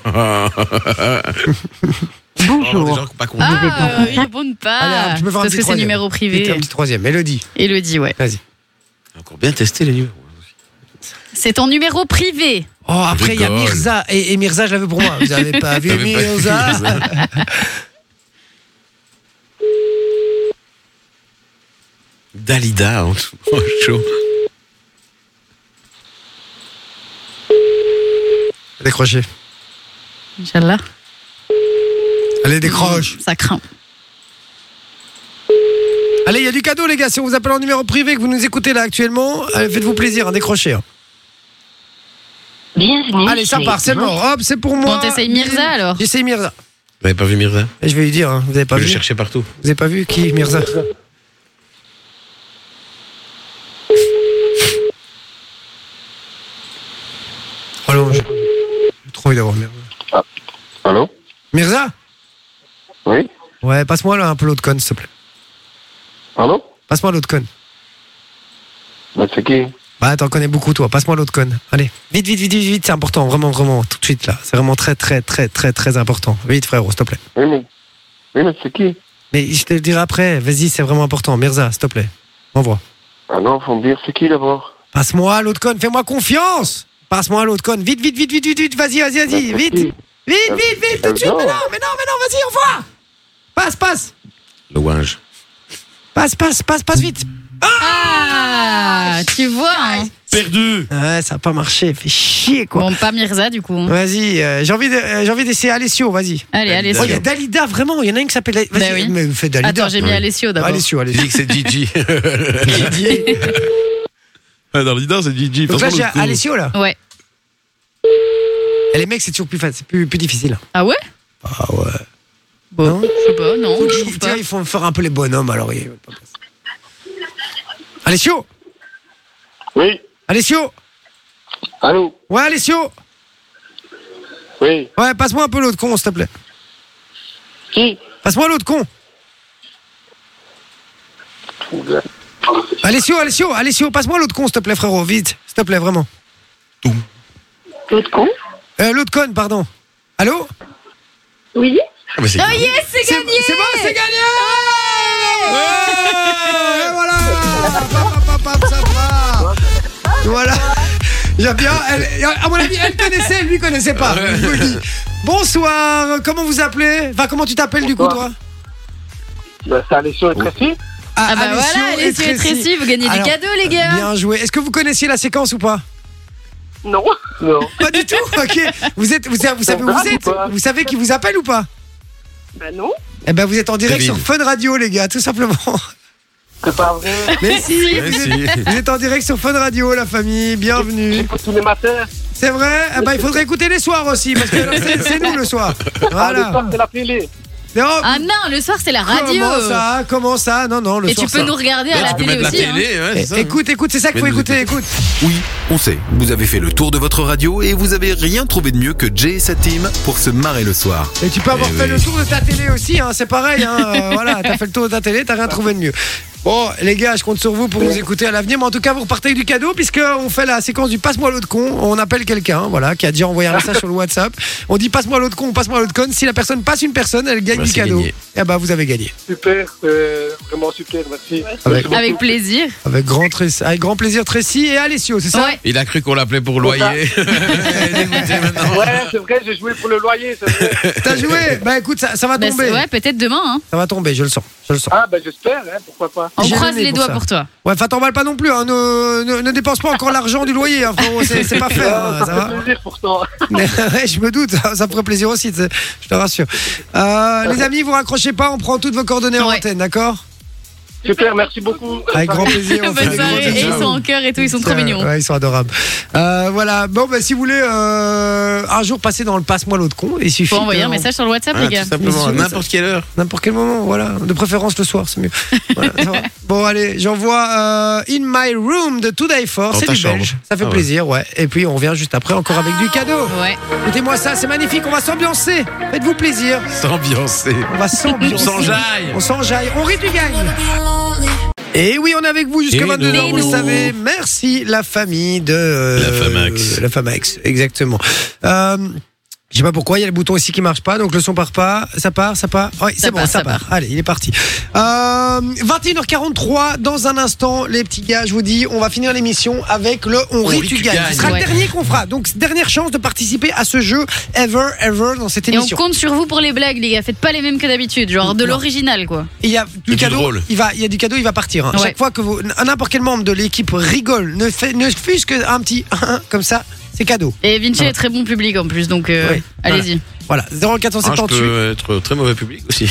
[SPEAKER 12] Bonjour,
[SPEAKER 4] Ah, euh, il répond pas.
[SPEAKER 3] Allez, tu peux faire un
[SPEAKER 4] parce
[SPEAKER 3] petit
[SPEAKER 4] que c'est
[SPEAKER 3] troisième.
[SPEAKER 4] numéro
[SPEAKER 3] Et un
[SPEAKER 4] privé.
[SPEAKER 3] petit troisième. Elodie,
[SPEAKER 4] Elodie, ouais.
[SPEAKER 3] vas-y.
[SPEAKER 6] Encore bien testé les numéros.
[SPEAKER 4] C'est ton numéro privé.
[SPEAKER 3] Oh, après, il y a
[SPEAKER 6] rigole.
[SPEAKER 3] Mirza. Et, et Mirza, je l'avais pour moi. Vous avez pas vu
[SPEAKER 6] T'avais pas vu
[SPEAKER 3] Mirza
[SPEAKER 6] Dalida en dessous. Oh, chaud.
[SPEAKER 3] Décroché.
[SPEAKER 4] Inch'Allah.
[SPEAKER 3] Allez, décroche.
[SPEAKER 4] Ça craint.
[SPEAKER 3] Allez, il y a du cadeau, les gars. Si on vous appelle en numéro privé, que vous nous écoutez là actuellement, allez, faites-vous plaisir, hein, décrochez. hein.
[SPEAKER 12] bienvenue.
[SPEAKER 3] Allez, ça
[SPEAKER 12] chez-
[SPEAKER 3] part, c'est mort. Hop, c'est pour moi.
[SPEAKER 4] Bon, t'essayes Mirza, alors
[SPEAKER 3] J'essaye Mirza.
[SPEAKER 6] Vous n'avez pas vu Mirza
[SPEAKER 3] Et je vais lui dire, hein, vous avez pas
[SPEAKER 6] Je le
[SPEAKER 3] vu
[SPEAKER 6] cherchais partout.
[SPEAKER 3] Vous avez pas vu qui Mirza Allô, je- j'ai trop envie d'avoir Mirza.
[SPEAKER 11] Allô
[SPEAKER 3] Mirza
[SPEAKER 11] Oui
[SPEAKER 3] Ouais, passe-moi là un peu l'autre conne, s'il te plaît.
[SPEAKER 11] Allô
[SPEAKER 3] Passe-moi l'autre conne.
[SPEAKER 11] Bah, c'est qui
[SPEAKER 3] Bah, t'en connais beaucoup, toi. Passe-moi l'autre conne. Allez. Vite, vite, vite, vite, vite, c'est important. Vraiment, vraiment, tout de suite, là. C'est vraiment très, très, très, très, très important. Vite, frérot, s'il te plaît.
[SPEAKER 11] Oui, mais, oui, mais c'est qui
[SPEAKER 3] Mais je te le dirai après. Vas-y, c'est vraiment important. Mirza, s'il te plaît. Envoie.
[SPEAKER 11] Ah non, faut me dire c'est qui d'abord
[SPEAKER 3] Passe-moi l'autre conne. Fais-moi confiance. Passe-moi l'autre conne. Vite, vite, vite, vite, vite, vite. Vas-y, vas-y, vas-y. Vite. Vite, vite, vite, tout de suite. Mais non, mais non, mais non, vas-y, envoie. Passe, passe.
[SPEAKER 6] Louange.
[SPEAKER 3] Passe, passe, passe, passe vite.
[SPEAKER 4] Ah, tu vois. hein.
[SPEAKER 6] Perdu
[SPEAKER 3] Ouais, ça a pas marché. Fait chier, quoi.
[SPEAKER 4] Bon, pas Mirza, du coup. hein.
[SPEAKER 3] Vas-y, euh, j'ai envie de- euh, j'ai envie d'essayer Alessio, vas-y.
[SPEAKER 4] Allez, allez,
[SPEAKER 3] Oh, il y a
[SPEAKER 6] Alessio.
[SPEAKER 3] Dalida, vraiment, il y en a une qui s'appelle
[SPEAKER 4] Bah
[SPEAKER 3] Dalida. Vas-y,
[SPEAKER 4] oui.
[SPEAKER 3] mais fais Dalida.
[SPEAKER 4] Attends, j'ai mis
[SPEAKER 6] Oui.
[SPEAKER 4] Alessio d'abord.
[SPEAKER 3] Alessio,
[SPEAKER 6] Il
[SPEAKER 3] Alessio.
[SPEAKER 6] dit que c'est Gigi. Dans l'idée, Ah, c'est Gigi.
[SPEAKER 3] Donc là,
[SPEAKER 6] Franchement,
[SPEAKER 3] j'ai
[SPEAKER 6] le coup.
[SPEAKER 3] Alessio, là.
[SPEAKER 4] Ouais.
[SPEAKER 3] Et les mecs, c'est toujours plus, fa- c'est plus, plus difficile.
[SPEAKER 4] Ah ouais
[SPEAKER 3] Ah ouais.
[SPEAKER 4] Bon, je sais pas, non, je trouve
[SPEAKER 3] Ils,
[SPEAKER 4] pas.
[SPEAKER 3] tiens, ils font faire un peu les bonhommes, alors. il- Alessio
[SPEAKER 11] Oui
[SPEAKER 3] Alessio
[SPEAKER 11] Allô
[SPEAKER 3] Ouais, Alessio
[SPEAKER 11] Oui
[SPEAKER 3] Ouais, passe-moi un peu l'autre con, s'il te plaît.
[SPEAKER 11] Qui
[SPEAKER 3] Passe-moi l'autre con. Alessio, Alessio, Alessio, passe-moi l'autre con, s'il te plaît, frérot, vite. S'il te plaît, vraiment.
[SPEAKER 12] L'autre con
[SPEAKER 3] Euh, l'autre conne, pardon. Allô
[SPEAKER 12] Oui
[SPEAKER 6] Ah, mais c'est
[SPEAKER 4] Oh yes, c'est
[SPEAKER 3] C'est
[SPEAKER 4] gagné
[SPEAKER 3] c'est bon, c'est gagné Ouais Et voilà Pap, pap, pap, pap, ça part. Voilà Il y a bien, elle- à mon avis, elle connaissait, lui connaissait pas. Je vous le dis. Bonsoir, comment vous appelez Enfin, comment tu t'appelles du coup, toi
[SPEAKER 11] Bah, c'est Alessio et Tracy
[SPEAKER 4] Ah bah voilà, Alessio et Tracy, vous gagnez
[SPEAKER 3] Alors,
[SPEAKER 4] des cadeaux, les gars
[SPEAKER 3] Bien joué. Est-ce que vous connaissiez la séquence ou pas
[SPEAKER 12] Non
[SPEAKER 11] Non.
[SPEAKER 3] Pas du tout. Ok. Vous êtes, vous, savez- vous savez où vous êtes Vous savez qui vous appelle ou pas
[SPEAKER 12] Bah non
[SPEAKER 3] Eh ben, vous êtes en direct
[SPEAKER 6] Kevin.
[SPEAKER 3] sur Fun Radio, les gars, tout simplement.
[SPEAKER 11] C'est pas vrai
[SPEAKER 3] Mais si,
[SPEAKER 6] Mais
[SPEAKER 3] vous
[SPEAKER 6] si.
[SPEAKER 3] êtes, vous êtes en direct sur Fun Radio, la famille. Bienvenue.
[SPEAKER 11] J'écoute tous les matins.
[SPEAKER 3] C'est vrai Eh ben, Il faudrait écouter les soirs aussi, parce que alors, c'est c'est nous le soir.
[SPEAKER 11] Ah, le soir,
[SPEAKER 3] Voilà.
[SPEAKER 11] c'est la télé.
[SPEAKER 3] Non,
[SPEAKER 4] Ah non, le soir, c'est la radio
[SPEAKER 3] Comment ça Comment ça Non, non, le
[SPEAKER 4] Et
[SPEAKER 3] soir.
[SPEAKER 4] tu peux
[SPEAKER 3] ça.
[SPEAKER 4] nous regarder à
[SPEAKER 6] Là,
[SPEAKER 4] la
[SPEAKER 6] tu peux
[SPEAKER 4] télé
[SPEAKER 6] mettre la
[SPEAKER 4] aussi. hein.
[SPEAKER 6] télé, ouais, c'est ça.
[SPEAKER 3] Eh, Écoute, écoute, c'est ça qu'il faut
[SPEAKER 6] Mais nous
[SPEAKER 3] écouter, écoute.
[SPEAKER 1] Oui, on sait, vous avez fait le tour de votre radio et vous avez rien trouvé de mieux que Jay et sa team pour se marrer le soir.
[SPEAKER 3] Et tu peux avoir
[SPEAKER 6] Eh
[SPEAKER 3] fait
[SPEAKER 6] oui.
[SPEAKER 3] le tour de ta télé aussi, hein, c'est pareil. Hein, euh, voilà, t'as fait le tour de ta télé, t'as rien trouvé de mieux. Bon, les gars, je compte sur vous pour nous écouter à l'avenir. Mais en tout cas, vous repartez avec du cadeau, puisqu'on fait la séquence du passe-moi l'autre con. On appelle quelqu'un, voilà, qui a déjà envoyé un message sur le WhatsApp. On dit passe-moi l'autre con, passe-moi l'autre con. Si la personne passe une personne, elle gagne
[SPEAKER 11] Bah,
[SPEAKER 3] du
[SPEAKER 11] c'est
[SPEAKER 3] cadeau.
[SPEAKER 11] gagné.
[SPEAKER 3] Et bah, vous avez gagné.
[SPEAKER 11] Super, euh, vraiment super, merci.
[SPEAKER 3] Avec-
[SPEAKER 4] hein, Avec plaisir.
[SPEAKER 3] Avec grand, tré- avec grand plaisir, Tracy et Alessio, c'est ça
[SPEAKER 6] Il a cru qu'on l'appelait pour
[SPEAKER 4] bah.
[SPEAKER 6] loyer.
[SPEAKER 11] Ouais, c'est vrai, j'ai joué pour le loyer, c'est vrai.
[SPEAKER 3] T'as joué Bah écoute, ça, ça va
[SPEAKER 4] Bah,
[SPEAKER 3] tomber.
[SPEAKER 4] c'est- ouais, peut-être demain. hein.
[SPEAKER 3] Ça va tomber, je le sens. Je le sens.
[SPEAKER 11] Ah, ben j'espère, hein, pourquoi pas.
[SPEAKER 4] On
[SPEAKER 3] J'ai
[SPEAKER 4] croise
[SPEAKER 3] donné
[SPEAKER 4] les doigts
[SPEAKER 3] ça.
[SPEAKER 4] pour toi.
[SPEAKER 3] Ouais, enfin, t'emballes pas non plus. hein, ne, ne- ne dépense pas encore l'argent du loyer, hein, frérot, C'est c'est pas fait. hein,
[SPEAKER 11] Ah,
[SPEAKER 3] ça
[SPEAKER 11] ça
[SPEAKER 3] va
[SPEAKER 11] fait plaisir pourtant.
[SPEAKER 3] Ouais, je me doute, ça me ferait plaisir aussi, tu sais, je te rassure. Euh, les amis, vous raccrochez pas, on prend toutes vos coordonnées en antenne, d'accord
[SPEAKER 11] Super, merci beaucoup.
[SPEAKER 3] Avec grand plaisir. on fait
[SPEAKER 4] Bonne
[SPEAKER 3] des
[SPEAKER 4] soirée.
[SPEAKER 3] gros
[SPEAKER 4] Et ils
[SPEAKER 3] bisous.
[SPEAKER 4] sont en cœur et tout, ils sont trop
[SPEAKER 3] Euh,
[SPEAKER 4] mignons.
[SPEAKER 3] ouais, ils sont adorables. Euh, voilà, bon, bah, si vous voulez euh, un jour passer dans le passe-moi l'autre con, il suffit.
[SPEAKER 4] Faut envoyer
[SPEAKER 3] de-
[SPEAKER 4] un message sur le
[SPEAKER 3] Ah,
[SPEAKER 4] WhatsApp, les gars.
[SPEAKER 6] tout simplement, à n'importe quelle heure.
[SPEAKER 3] N'importe quel moment, voilà. De préférence le soir, c'est mieux. Voilà, ça va. bon, allez, j'envoie euh, In My Room de Today For.
[SPEAKER 6] Dans
[SPEAKER 3] C'est
[SPEAKER 6] ta
[SPEAKER 3] du
[SPEAKER 6] chambre.
[SPEAKER 3] belge. Ça fait
[SPEAKER 6] Ah ouais.
[SPEAKER 3] plaisir, ouais. Et puis, on revient juste après encore avec du cadeau.
[SPEAKER 4] Ouais.
[SPEAKER 3] Écoutez-moi ça, c'est magnifique. On va s'ambiancer. Faites-vous plaisir.
[SPEAKER 6] S'ambiancer.
[SPEAKER 3] On va s'ambiancer.
[SPEAKER 6] On s'enjaille.
[SPEAKER 3] On s'enjaille. On rit du gagne. Et oui, on est avec vous jusqu'à
[SPEAKER 6] Et
[SPEAKER 3] 22h, vous le
[SPEAKER 6] nous.
[SPEAKER 3] savez. Merci, la famille de.
[SPEAKER 6] La
[SPEAKER 3] Famax. la Famax, exactement. Euh, je sais pas pourquoi, il y a le bouton ici qui marche pas, donc le son part pas. Ça part, ça part. Ouais,
[SPEAKER 4] Ça
[SPEAKER 3] c'est bon,
[SPEAKER 4] part,
[SPEAKER 3] ça,
[SPEAKER 4] ça
[SPEAKER 3] part. Allez, il est parti. Euh, 21h43, dans un instant, les petits gars, je vous dis, on va finir l'émission avec le On, rit, tu gagnes. Ce sera
[SPEAKER 4] Ouais.
[SPEAKER 3] le dernier qu'on fera. Donc, dernière chance de participer à ce jeu ever, ever dans cette
[SPEAKER 4] Et on
[SPEAKER 3] émission.
[SPEAKER 4] compte sur vous pour les blagues, les gars. Faites pas les mêmes que d'habitude, genre de
[SPEAKER 3] Non.
[SPEAKER 4] l'original, quoi.
[SPEAKER 3] Et Il y a
[SPEAKER 6] du
[SPEAKER 3] du cadeau,
[SPEAKER 6] drôle.
[SPEAKER 3] il va, il y a du cadeau, il va partir. hein.
[SPEAKER 4] Ouais.
[SPEAKER 3] Chaque fois que vous, n- n'importe quel membre de l'équipe rigole, ne fait, ne fût-ce qu'un petit comme ça, c'est cadeau.
[SPEAKER 4] Et Vinci
[SPEAKER 3] Ah.
[SPEAKER 4] est très bon public en plus, donc euh,
[SPEAKER 3] Oui.
[SPEAKER 4] allez-y.
[SPEAKER 3] Voilà,
[SPEAKER 6] Ah, je
[SPEAKER 3] 0478
[SPEAKER 6] peux être très mauvais public aussi.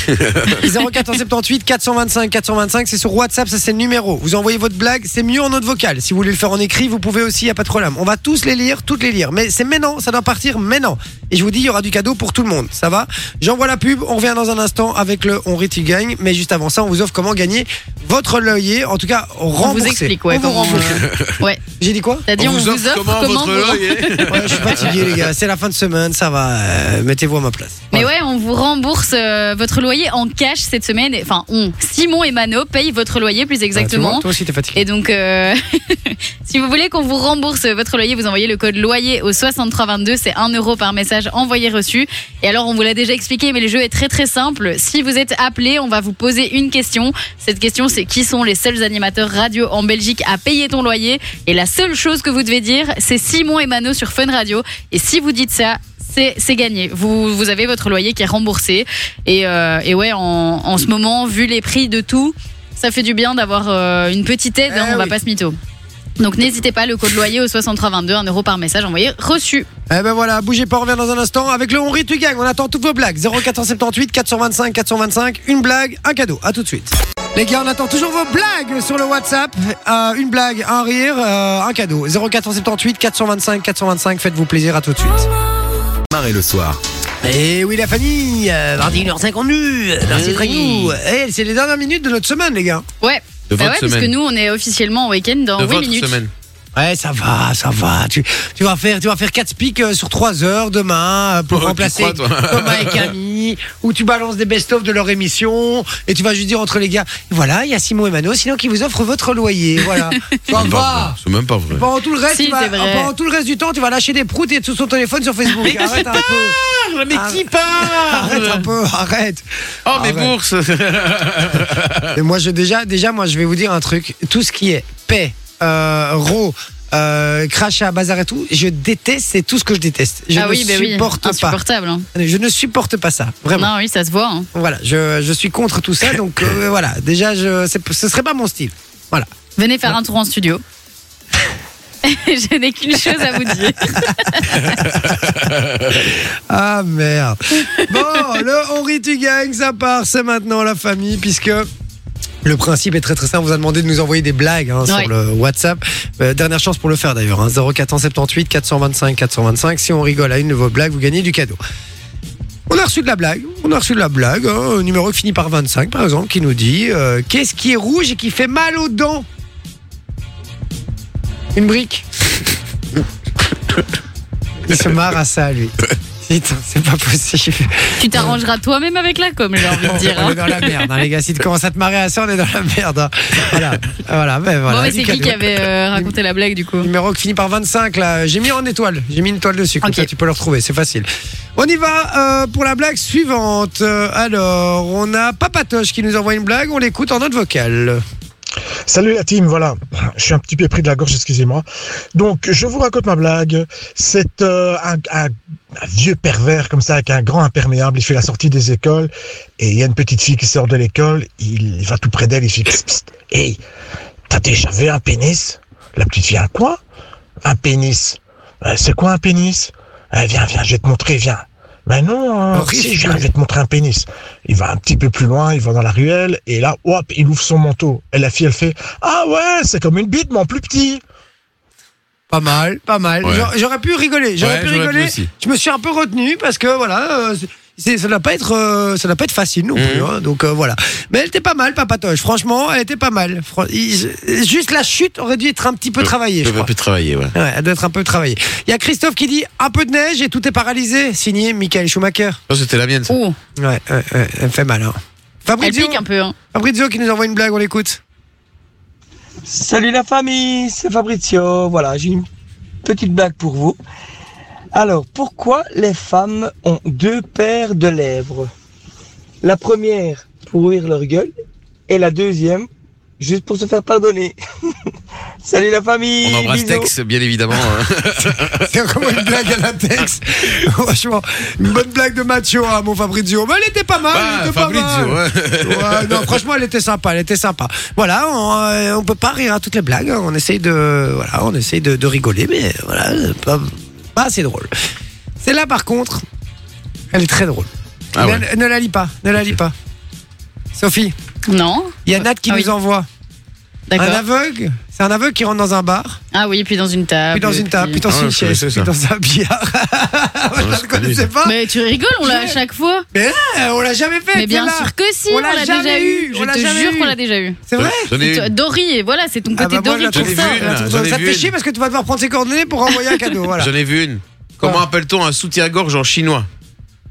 [SPEAKER 4] Eh
[SPEAKER 3] 0478 425 425, c'est sur WhatsApp, ça c'est le numéro. Vous envoyez votre blague, c'est mieux en note vocale. Si vous voulez le faire en écrit, vous pouvez aussi, il a pas de problème. On va tous les lire, toutes les lire. Mais c'est maintenant, ça doit partir maintenant. Et je vous dis, il y aura du cadeau pour tout le monde, ça va J'envoie la pub, on revient dans un instant avec le On rit, tu gagnes. Mais juste avant ça, on vous offre comment gagner votre loyer. En tout cas,
[SPEAKER 4] On
[SPEAKER 3] rembourser.
[SPEAKER 4] vous explique, ouais.
[SPEAKER 3] On vous
[SPEAKER 4] comment- euh,
[SPEAKER 3] rembourse.
[SPEAKER 4] ouais.
[SPEAKER 3] J'ai dit quoi
[SPEAKER 4] T'as dit on, vous offre, comment, vous- Bah
[SPEAKER 3] Ouais, Je suis fatigué, les gars. C'est la fin de semaine, ça va. euh, Mettez-vous à ma place.
[SPEAKER 4] Mais ouais, on vous rembourse euh, votre loyer en cash cette semaine. Enfin, on. Simon et Mano payent votre loyer plus
[SPEAKER 3] Ah, tu
[SPEAKER 4] exactement.
[SPEAKER 3] vois, toi aussi, t'es fatigué.
[SPEAKER 4] Et donc, euh, si vous voulez qu'on vous rembourse votre loyer, vous envoyez le code loyer au 6322. C'est 1 euro par message envoyé reçu. Et alors, on vous l'a déjà expliqué, mais le jeu est très très simple. Si vous êtes appelé, on va vous poser une question. Cette question, c'est qui sont les seuls animateurs radio en Belgique à payer ton loyer Et la seule chose que vous devez dire, c'est Simon et Mano sur Fun Radio. Et si vous dites ça, c'est c'est gagné. Vous, vous avez votre loyer qui est remboursé. Et, euh, et ouais, en, en ce moment, vu les prix de tout, ça fait du bien d'avoir euh, une petite aide.
[SPEAKER 3] Eh
[SPEAKER 4] hein, on va
[SPEAKER 3] oui.
[SPEAKER 4] pas se mytho. Donc n'hésitez pas, le code loyer au 6322, 1 euro par message envoyé reçu.
[SPEAKER 3] Eh ben voilà, bougez pas, on revient dans un instant avec le On rit, tu gagnes. On attend toutes vos blagues. 0478 425 425. Une blague, un cadeau. À tout de suite. Les gars, on attend toujours vos blagues sur le WhatsApp. Euh, une blague, un rire, euh, un cadeau. 0478 425 425. Faites-vous plaisir. À tout de suite.
[SPEAKER 1] Marée le soir.
[SPEAKER 3] Et oui, la famille, euh, 21h52. Merci,
[SPEAKER 6] Oui.
[SPEAKER 3] Trégou. Eh, c'est les dernières minutes de notre semaine, les gars.
[SPEAKER 4] Ouais.
[SPEAKER 6] De votre
[SPEAKER 4] Bah ouais, parce
[SPEAKER 6] semaine.
[SPEAKER 4] que nous, on est officiellement en week-end dans
[SPEAKER 6] De
[SPEAKER 4] 8
[SPEAKER 6] votre
[SPEAKER 4] minutes.
[SPEAKER 6] semaine.
[SPEAKER 3] Ouais, ça va, ça va. Tu, tu vas faire, tu vas faire quatre pics euh, sur 3 heures demain euh, pour
[SPEAKER 6] Oh, tu
[SPEAKER 3] remplacer
[SPEAKER 6] crois, toi
[SPEAKER 3] Thomas et Camille, où tu balances des best-of de leur émission et tu vas juste dire entre les gars, voilà, il y a Simon et Mano, sinon qui vous offrent votre loyer, voilà. ça
[SPEAKER 6] C'est même pas
[SPEAKER 3] va.
[SPEAKER 6] vrai. C'est même pas vrai.
[SPEAKER 4] Oh,
[SPEAKER 3] Pendant tout le reste,
[SPEAKER 4] Si,
[SPEAKER 3] tu vas-
[SPEAKER 4] c'est vrai.
[SPEAKER 3] pendant tout le reste du temps, tu vas lâcher des proutes et sur ton téléphone sur Facebook. Arrête un peu,
[SPEAKER 6] Mais
[SPEAKER 3] qui arrête un
[SPEAKER 6] parle
[SPEAKER 3] peu, arrête.
[SPEAKER 6] Oh, mes
[SPEAKER 3] Arrête.
[SPEAKER 6] bourses
[SPEAKER 3] Et moi, je, déjà, déjà, moi, je vais vous dire un truc. Tout ce qui est paix, euh, raw, euh, crachat, bazar et tout, je déteste, c'est tout ce que je déteste. Je
[SPEAKER 4] ah
[SPEAKER 3] ne
[SPEAKER 4] oui, bah oui,
[SPEAKER 3] supporte pas.
[SPEAKER 4] insupportable. hein.
[SPEAKER 3] Je ne supporte pas ça, vraiment.
[SPEAKER 4] Non, oui, ça se voit. hein.
[SPEAKER 3] Voilà, je, je suis contre tout ça, donc euh, voilà. Déjà, je, c'est- ce serait pas mon style. Voilà.
[SPEAKER 4] Venez faire un tour en studio. Je n'ai qu'une chose à vous dire.
[SPEAKER 3] Ah merde. Bon, le on rit, tu gagnes, ça part, c'est maintenant la famille, puisque. Le principe est très très simple. On vous a demandé de nous envoyer des blagues hein,
[SPEAKER 4] Ouais.
[SPEAKER 3] sur le WhatsApp. Euh, dernière chance pour le faire d'ailleurs. Hein, 0478 425 425. Si on rigole à une de vos blagues, vous gagnez du cadeau. On a reçu de la blague. On a reçu de la blague. hein, un numéro qui finit par 25 par exemple, qui nous dit euh, Qu'est-ce qui est rouge et qui fait mal aux dents Une brique. Il se marre à ça, lui. Il Putain, hein, c'est pas possible.
[SPEAKER 4] Tu t'arrangeras toi-même avec la com, j'ai envie de dire.
[SPEAKER 3] On
[SPEAKER 4] hein.
[SPEAKER 3] est dans la merde, hein, les gars. Si tu commences à te marrer à ça, on est dans la merde. hein. Voilà. voilà, ben, voilà.
[SPEAKER 4] Bon, mais c'est qui
[SPEAKER 3] Nickel.
[SPEAKER 4] qui avait euh, raconté la blague du coup
[SPEAKER 3] Numéro qui finit par 25, là. J'ai mis en étoile. J'ai mis une toile dessus. Comme ça, tu peux le retrouver. C'est facile. On y va euh, pour la blague suivante. Euh, alors, on a Papatoche qui nous envoie une blague. On l'écoute en note vocale.
[SPEAKER 13] Salut la team, voilà, je suis un petit peu pris de la gorge, excusez-moi. Donc, je vous raconte ma blague. C'est euh, un, un- un vieux pervers comme ça, avec un grand imperméable. Il fait la sortie des écoles et il y a une petite fille qui sort de l'école. Il va tout près d'elle, il fait Psst, psst, Hey, t'as déjà vu un pénis La petite fille, un quoi Un pénis. Euh, C'est quoi un pénis Eh, Viens, viens, je vais te montrer, viens. Mais non, hein, si, je viens, je vais te montrer un pénis. Il va un petit peu plus loin, il va dans la ruelle, et là, hop, il ouvre son manteau. Et la fille, elle fait Ah ouais, c'est comme une bite, mais en plus petit.
[SPEAKER 3] Pas mal, pas mal.
[SPEAKER 13] Ouais.
[SPEAKER 3] J'aurais- J'aurais pu rigoler. J'aurais
[SPEAKER 13] Ouais,
[SPEAKER 3] pu
[SPEAKER 13] j'aurais pu
[SPEAKER 3] rigoler.
[SPEAKER 13] aussi.
[SPEAKER 3] je me suis un peu retenu parce que voilà, euh, c'est- ça doit pas être, euh, ça doit pas être facile non
[SPEAKER 13] Mhm.
[SPEAKER 3] plus. hein. donc euh, voilà. Mais elle était pas mal, Papatoche. Franchement, elle était pas mal. Fran- il- Juste la chute aurait dû être un
[SPEAKER 13] Euh,
[SPEAKER 3] petit peu travaillée. je
[SPEAKER 6] On
[SPEAKER 3] crois.
[SPEAKER 6] peut plus travailler, ouais.
[SPEAKER 3] Ouais, elle doit être un peu travaillée. Il y a Christophe qui dit un peu de neige et tout est paralysé. Signé Michael Schumacher.
[SPEAKER 6] Ça, c'était la mienne. ça.
[SPEAKER 3] Ouais, ouais, ouais, elle fait mal. Hein. Fabrizio,
[SPEAKER 4] pique hein. un peu.
[SPEAKER 3] Fabrizio qui nous envoie une blague, on l'écoute.
[SPEAKER 14] Salut la famille, c'est Fabrizio. Voilà, j'ai une petite blague pour vous. Alors, pourquoi les femmes ont deux paires de lèvres La première pour ouvrir leur gueule et la deuxième juste pour se faire pardonner. Salut la famille.
[SPEAKER 6] On embrasse
[SPEAKER 14] bisous.
[SPEAKER 6] Tex, bien évidemment. hein.
[SPEAKER 3] C'est vraiment une blague à la Tex. Franchement, une bonne blague de Macho, hein, mon Fabrizio. Mais elle était pas mal.
[SPEAKER 6] Ah,
[SPEAKER 3] elle était pas
[SPEAKER 6] Fabrizio,
[SPEAKER 3] mal.
[SPEAKER 6] ouais.
[SPEAKER 3] Ouais, non, franchement, elle était sympa. Elle était sympa. Voilà, on, euh, on peut pas rire à toutes les blagues. hein. On essaye de, voilà, on essaye de, de rigoler, mais voilà, c'est pas, pas assez drôle. Celle-là, par contre, elle est très drôle.
[SPEAKER 6] Ah
[SPEAKER 3] ne,
[SPEAKER 6] ouais.
[SPEAKER 3] ne la lis pas. Ne la lis pas. Sophie.
[SPEAKER 4] Non.
[SPEAKER 3] Il y a Nat qui
[SPEAKER 4] Ah
[SPEAKER 3] nous
[SPEAKER 4] oui.
[SPEAKER 3] envoie. Un
[SPEAKER 4] D'accord.
[SPEAKER 3] aveugle. C'est un aveugle qui rentre dans un bar.
[SPEAKER 4] Ah oui, puis dans une table.
[SPEAKER 3] Puis dans une table, puis dans
[SPEAKER 6] Ah,
[SPEAKER 3] une
[SPEAKER 6] je
[SPEAKER 3] chaise,
[SPEAKER 6] connaissais
[SPEAKER 3] puis
[SPEAKER 6] ça. Ah,
[SPEAKER 3] dans un billard. je ne connaissais pas.
[SPEAKER 4] Mais tu rigoles, on l'a à chaque fois.
[SPEAKER 3] Mais non, on l'a jamais fait.
[SPEAKER 4] Mais bien
[SPEAKER 3] celle-là.
[SPEAKER 4] sûr que si,
[SPEAKER 3] On
[SPEAKER 4] on
[SPEAKER 3] l'a
[SPEAKER 4] l'a
[SPEAKER 3] jamais
[SPEAKER 4] déjà
[SPEAKER 3] eu,
[SPEAKER 4] eu.
[SPEAKER 3] on l'a
[SPEAKER 4] Je te
[SPEAKER 3] jamais eu.
[SPEAKER 4] jure qu'on l'a déjà eu.
[SPEAKER 3] C'est vrai
[SPEAKER 6] J'en ai
[SPEAKER 4] C'est toi-
[SPEAKER 6] une.
[SPEAKER 4] Dory, et voilà, c'est ton
[SPEAKER 3] Ah
[SPEAKER 4] côté
[SPEAKER 3] bah moi,
[SPEAKER 4] Dory
[SPEAKER 3] je la
[SPEAKER 4] pour
[SPEAKER 3] trouve
[SPEAKER 4] ça.
[SPEAKER 6] vu une,
[SPEAKER 3] ça.
[SPEAKER 6] j'en ai
[SPEAKER 3] Ça te
[SPEAKER 6] vu
[SPEAKER 3] fait
[SPEAKER 6] une.
[SPEAKER 3] chier parce que tu vas devoir prendre ses coordonnées pour envoyer un cadeau. Voilà.
[SPEAKER 6] J'en ai vu une. Comment appelle-t-on un soutien-gorge en chinois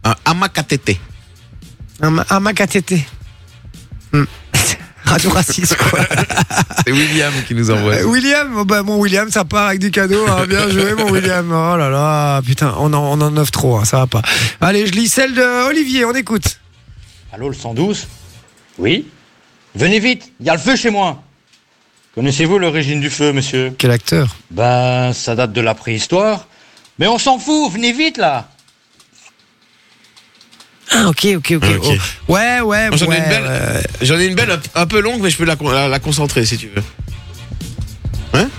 [SPEAKER 6] Un amakatete.
[SPEAKER 3] Un, un mac à tété. Hmm. Radio raciste, quoi. Ah.
[SPEAKER 6] C'est William qui nous envoie.
[SPEAKER 3] Euh,
[SPEAKER 6] ça.
[SPEAKER 3] William, oh bah, mon William, ça part avec du cadeau. hein. Bien joué, mon William. Oh là là, putain, on en, on en offre trop, hein, ça va pas. Allez, je lis celle de Olivier, on écoute.
[SPEAKER 15] Allô, le 112 Oui Venez vite, il y a le feu chez moi Connaissez-vous l'origine du feu, monsieur
[SPEAKER 3] Quel acteur
[SPEAKER 15] Ben, ça date de la préhistoire. Mais on s'en fout, venez vite, là
[SPEAKER 3] Ah, ok, ok, ok.
[SPEAKER 6] Ok.
[SPEAKER 3] Oh. Ouais, ouais,
[SPEAKER 6] J'en ai
[SPEAKER 3] ouais, euh,
[SPEAKER 6] une belle,
[SPEAKER 3] ouais.
[SPEAKER 6] j'en ai une belle un, un peu longue, mais je peux la, con- la- la concentrer si tu veux. Hein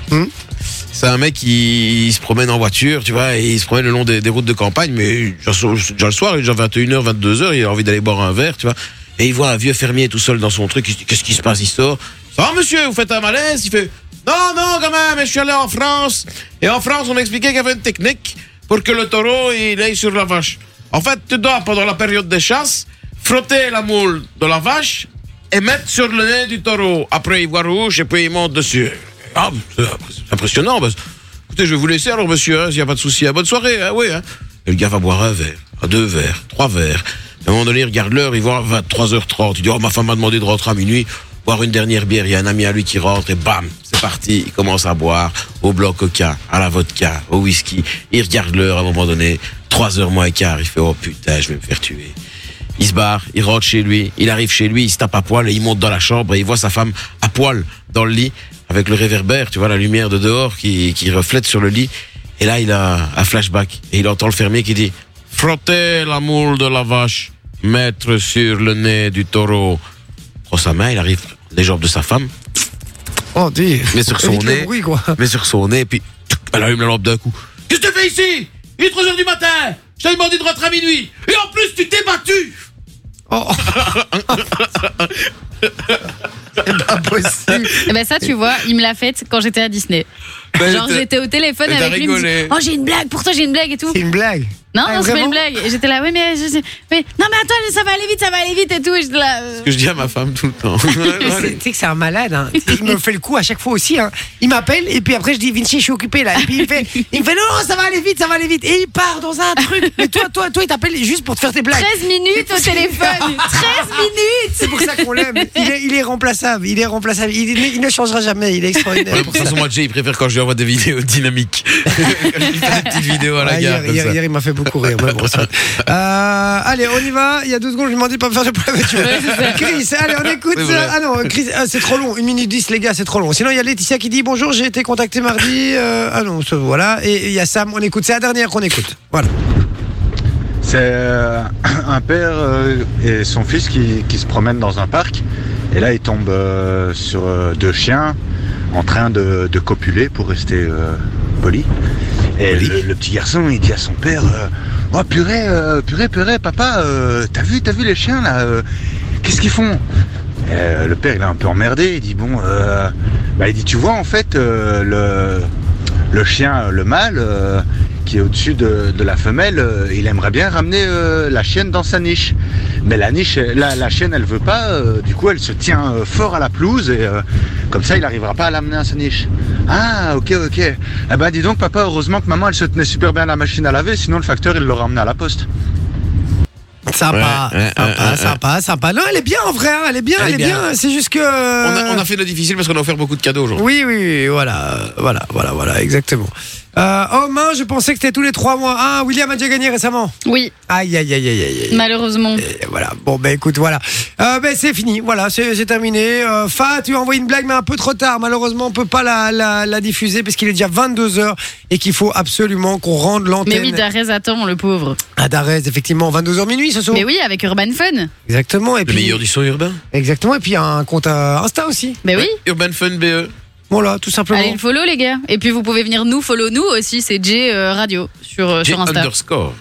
[SPEAKER 6] C'est un mec qui il se promène en voiture, tu vois, et il se promène le long des, des routes de campagne, mais genre, genre le soir, il est genre 21h, 22h, il a envie d'aller boire un verre, tu vois. Et il voit un vieux fermier tout seul dans son truc, il se dit Qu'est-ce qui se passe Il sort. Ça va, monsieur, vous faites un malaise Il fait Non, non, quand même, je suis allé en France. Et en France, on m'expliquait qu'il y avait une technique pour que le taureau, il aille sur la vache. En fait, tu dois, pendant la période de chasse, frotter la moule de la vache et mettre sur le nez du taureau. Après, il voit rouge et puis il monte dessus. Ah, c'est impressionnant. bah, écoutez, je vais vous laisser alors, monsieur, hein, s'il n'y a pas de souci. Ah, bonne soirée, hein, oui. hein. Et le gars va boire un verre, un deux verres, trois verres. À un moment donné, il regarde l'heure, il voit 23h30. Il dit, oh, ma femme m'a demandé de rentrer à minuit, boire une dernière bière. Il y a un ami à lui qui rentre et bam, c'est parti. Il commence à boire au bloc coca, à la vodka, au whisky. Il regarde l'heure à un moment donné, 3h moins quart. Il fait, oh putain, je vais me faire tuer. Il se barre, il rentre chez lui, il arrive chez lui, il se tape à poil et il monte dans la chambre et il voit sa femme à poil dans le lit avec le réverbère, tu vois, la lumière de dehors qui, qui reflète sur le lit. Et là, il a un flashback et il entend le fermier qui dit Frotter la moule de la vache, mettre sur le nez du taureau. Prend sa main, il arrive les jambes de sa femme,
[SPEAKER 3] Oh, dis.
[SPEAKER 6] mais sur son
[SPEAKER 3] Évite le
[SPEAKER 6] nez,
[SPEAKER 3] bruit, quoi.
[SPEAKER 6] mais sur son nez, et puis tuc, elle allume la lampe d'un coup. Qu'est-ce que tu fais ici Il est 3h du matin Je t'ai demandé de rentrer à minuit Et en plus, tu t'es battu
[SPEAKER 3] C'est pas possible.
[SPEAKER 4] Eh ben ça, tu vois, il me l'a faite quand j'étais à Disney.
[SPEAKER 3] Ben,
[SPEAKER 4] Genre,
[SPEAKER 3] t'as-
[SPEAKER 4] j'étais au téléphone
[SPEAKER 3] t'as
[SPEAKER 4] avec lui. il me dit,
[SPEAKER 3] rigolé.
[SPEAKER 4] oh, j'ai une blague, pour toi, j'ai une blague et tout.
[SPEAKER 3] C'est une blague.
[SPEAKER 4] Non,
[SPEAKER 3] Ah,
[SPEAKER 4] non, c'est pas une
[SPEAKER 3] vraiment
[SPEAKER 4] blague. Et J'étais là, oui, mais, je, je- mais- non, mais attends, ça va aller vite, ça va aller vite et tout. Et J'étais là. euh,
[SPEAKER 6] ce que je dis à ma femme tout le temps.
[SPEAKER 3] C'est- Tu sais que c'est un malade. hein. Il me fait le coup à chaque fois aussi. hein. Il m'appelle et puis après je dis Vinci, je suis occupé là. Et puis il fait, il me fait non, non, ça va aller vite, ça va aller vite. Et il part dans un truc. Mais toi, toi, toi, il t'appelle juste pour te faire tes blagues.
[SPEAKER 4] 13 minutes au téléphone. 13 minutes.
[SPEAKER 3] C'est pour ça qu'on l'aime. Il est, il est remplaçable. Il est remplaçable. Il, il- il ne changera jamais. Il est extraordinaire.
[SPEAKER 6] Ouais, pour ça, son moi, Jay, il préfère quand je lui envoie des vidéos dynamiques. quand je lui fais des petites vidéos à Ah, la
[SPEAKER 3] Ouais,
[SPEAKER 6] gare.
[SPEAKER 3] hier,
[SPEAKER 6] comme
[SPEAKER 3] hier-
[SPEAKER 6] ça.
[SPEAKER 3] hier, Ah, il m'a fait beaucoup rire. mais bon, ça va. Euh, allez, on y va. Il y a deux secondes, je lui demandais de pas me faire de la voiture.
[SPEAKER 6] Ouais, c'est ça.
[SPEAKER 3] Chris, allez, on écoute.
[SPEAKER 6] C'est vrai.
[SPEAKER 3] euh, Ah non, Chris, ah, c'est trop long. Une minute 10, les gars, c'est trop long. Sinon, il y a Laetitia qui dit bonjour, j'ai été contacté mardi. euh, ah non, ça, voilà. Et il y a Sam, on écoute. C'est la dernière qu'on écoute. Voilà.
[SPEAKER 16] C'est euh, un père euh, et son fils qui, qui se promènent dans un parc. Et là, ils tombent euh, sur euh, deux chiens en train de, de copuler pour rester euh, poli. Et le, le petit garçon, il dit à son père euh, Oh purée, euh, purée, purée, papa, euh, t'as vu, t'as vu les chiens là euh, Qu'est-ce qu'ils font Et, euh, Le père, il est un peu emmerdé. Il dit Bon, euh, bah, il dit Tu vois, en fait, euh, le le chien, le mâle, euh, qui est au-dessus de, de la femelle, euh, il aimerait bien ramener euh, la chienne dans sa niche. Mais la niche, euh, la, la chienne, elle veut pas. euh, du coup, elle se tient euh, fort à la pelouse et euh, comme ça, il n'arrivera pas à l'amener à sa niche. Ah, ok, ok. Eh ben, dis donc, papa, heureusement que maman, elle se tenait super bien à la machine à laver, sinon le facteur, il l'aurait ramené à la poste.
[SPEAKER 3] Sympa,
[SPEAKER 16] Ouais, ouais,
[SPEAKER 3] sympa,
[SPEAKER 16] ouais,
[SPEAKER 3] sympa, sympa. Non, elle est bien en vrai, hein, elle est bien, elle, est bien. C'est juste que. euh,
[SPEAKER 6] On a, on a fait le difficile parce qu'on a offert beaucoup de cadeaux aujourd'hui.
[SPEAKER 3] Oui, oui, oui, voilà, euh, voilà, voilà, voilà, exactement. Euh, oh mince, je pensais que c'était tous les trois mois. Ah, William a déjà gagné récemment.
[SPEAKER 4] Oui.
[SPEAKER 3] Aïe, aïe, aïe, aïe, aïe. aïe.
[SPEAKER 4] Malheureusement.
[SPEAKER 3] Et voilà, bon, ben écoute, voilà. Euh, ben c'est fini, voilà, c'est c'est terminé. Euh, Fa, tu as envoyé une blague, mais un peu trop tard. Malheureusement, on peut pas la, la, la diffuser parce qu'il est déjà 22h et qu'il faut absolument qu'on rende
[SPEAKER 4] Mais
[SPEAKER 3] l'antenne
[SPEAKER 4] oui, Darès attend, le pauvre.
[SPEAKER 3] à Darès, effectivement, 22h minuit ce soir.
[SPEAKER 4] Mais oui, avec Urban Fun.
[SPEAKER 3] Exactement. Et
[SPEAKER 6] Le
[SPEAKER 3] puis,
[SPEAKER 6] meilleur du son urbain.
[SPEAKER 3] Exactement, et puis il y a un compte euh, Insta aussi.
[SPEAKER 4] Mais Eh oui.
[SPEAKER 6] Urban Fun E. BE.
[SPEAKER 3] Voilà, tout simplement.
[SPEAKER 4] Allez le follow, les gars. Et puis vous pouvez venir nous follow nous aussi, c'est J euh, Radio sur, euh,
[SPEAKER 6] J
[SPEAKER 4] sur Insta.
[SPEAKER 6] underscore.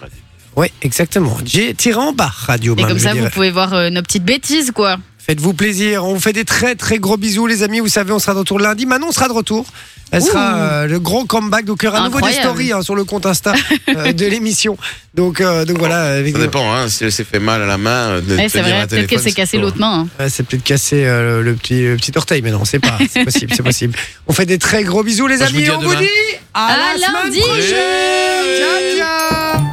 [SPEAKER 3] Oui, exactement. J'ai tiré en bas radio.
[SPEAKER 4] Et
[SPEAKER 3] même,
[SPEAKER 4] comme
[SPEAKER 3] je
[SPEAKER 4] ça, vous
[SPEAKER 3] dirais.
[SPEAKER 4] pouvez voir euh, nos petites bêtises,
[SPEAKER 6] Euh,
[SPEAKER 4] quoi.
[SPEAKER 3] Faites-vous plaisir. On vous fait des très très gros bisous, les amis. Vous savez, on sera de retour lundi. Manon sera de retour. Elle sera
[SPEAKER 4] Ouh.
[SPEAKER 3] euh, le gros comeback. Donc, il y aura à nouveau des
[SPEAKER 4] Incroyable.
[SPEAKER 3] stories hein, sur le compte Insta euh, de l'émission. Donc, euh, donc voilà. euh,
[SPEAKER 6] Ça
[SPEAKER 3] effectivement.
[SPEAKER 6] dépend, hein, si elle s'est fait mal à la main, euh, de
[SPEAKER 4] Ouais, Eh, c'est
[SPEAKER 6] tenir
[SPEAKER 4] vrai,
[SPEAKER 6] un
[SPEAKER 4] peut-être
[SPEAKER 6] téléphone,
[SPEAKER 4] qu'elle s'est cassée
[SPEAKER 6] pas-
[SPEAKER 4] l'autre main. hein.
[SPEAKER 3] Ouais, c'est peut-être cassé euh, le, petit, le petit orteil, mais non, c'est pas. C'est possible, c'est possible. On fait des très gros bisous, les
[SPEAKER 6] Moi, je vous
[SPEAKER 3] amis.
[SPEAKER 6] dis
[SPEAKER 3] et
[SPEAKER 6] à
[SPEAKER 3] on vous
[SPEAKER 6] demain.
[SPEAKER 3] dit à,
[SPEAKER 4] À
[SPEAKER 3] la semaine
[SPEAKER 4] lundi.
[SPEAKER 3] prochaine. Ciao, ciao.